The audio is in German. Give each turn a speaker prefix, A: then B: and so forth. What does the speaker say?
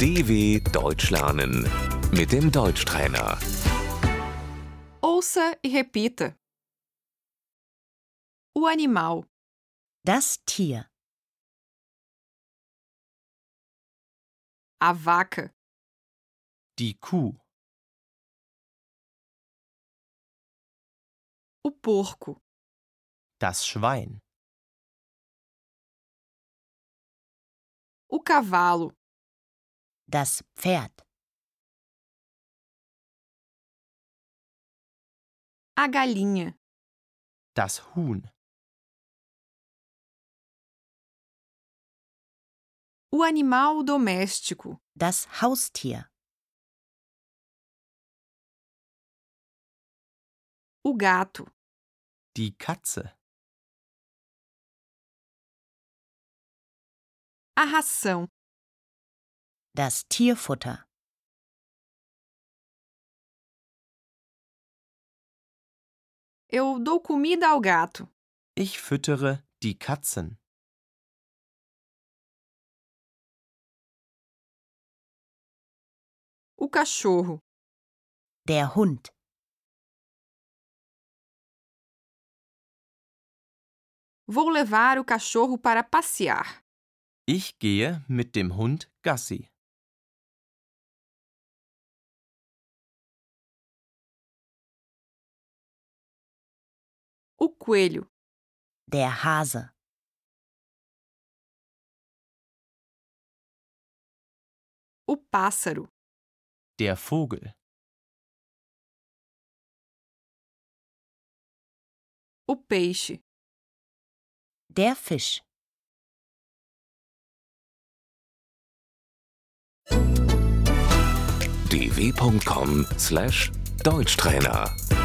A: DW Deutsch lernen mit dem Deutschtrainer.
B: Ouça e repita. O animal,
C: Das Tier,
B: a vaca,
D: die Kuh,
B: o porco,
D: das Schwein,
B: o cavalo,
C: das Pferd,
B: a galinha,
D: das Huhn,
B: o animal doméstico,
C: das Haustier,
B: o gato,
D: die Katze,
B: a ração,
C: das Tierfutter,
B: eu dou comida ao gato,
D: ich füttere die Katzen,
B: o cachorro,
C: der Hund.
B: vou levar o cachorro para passear.
D: ich gehe mit dem Hund Gassi.
B: O coelho,
C: Der Hase,
B: o pássaro,
D: Der Vogel,
B: o peixe,
C: der Fisch.
A: dw.com/deutschtrainer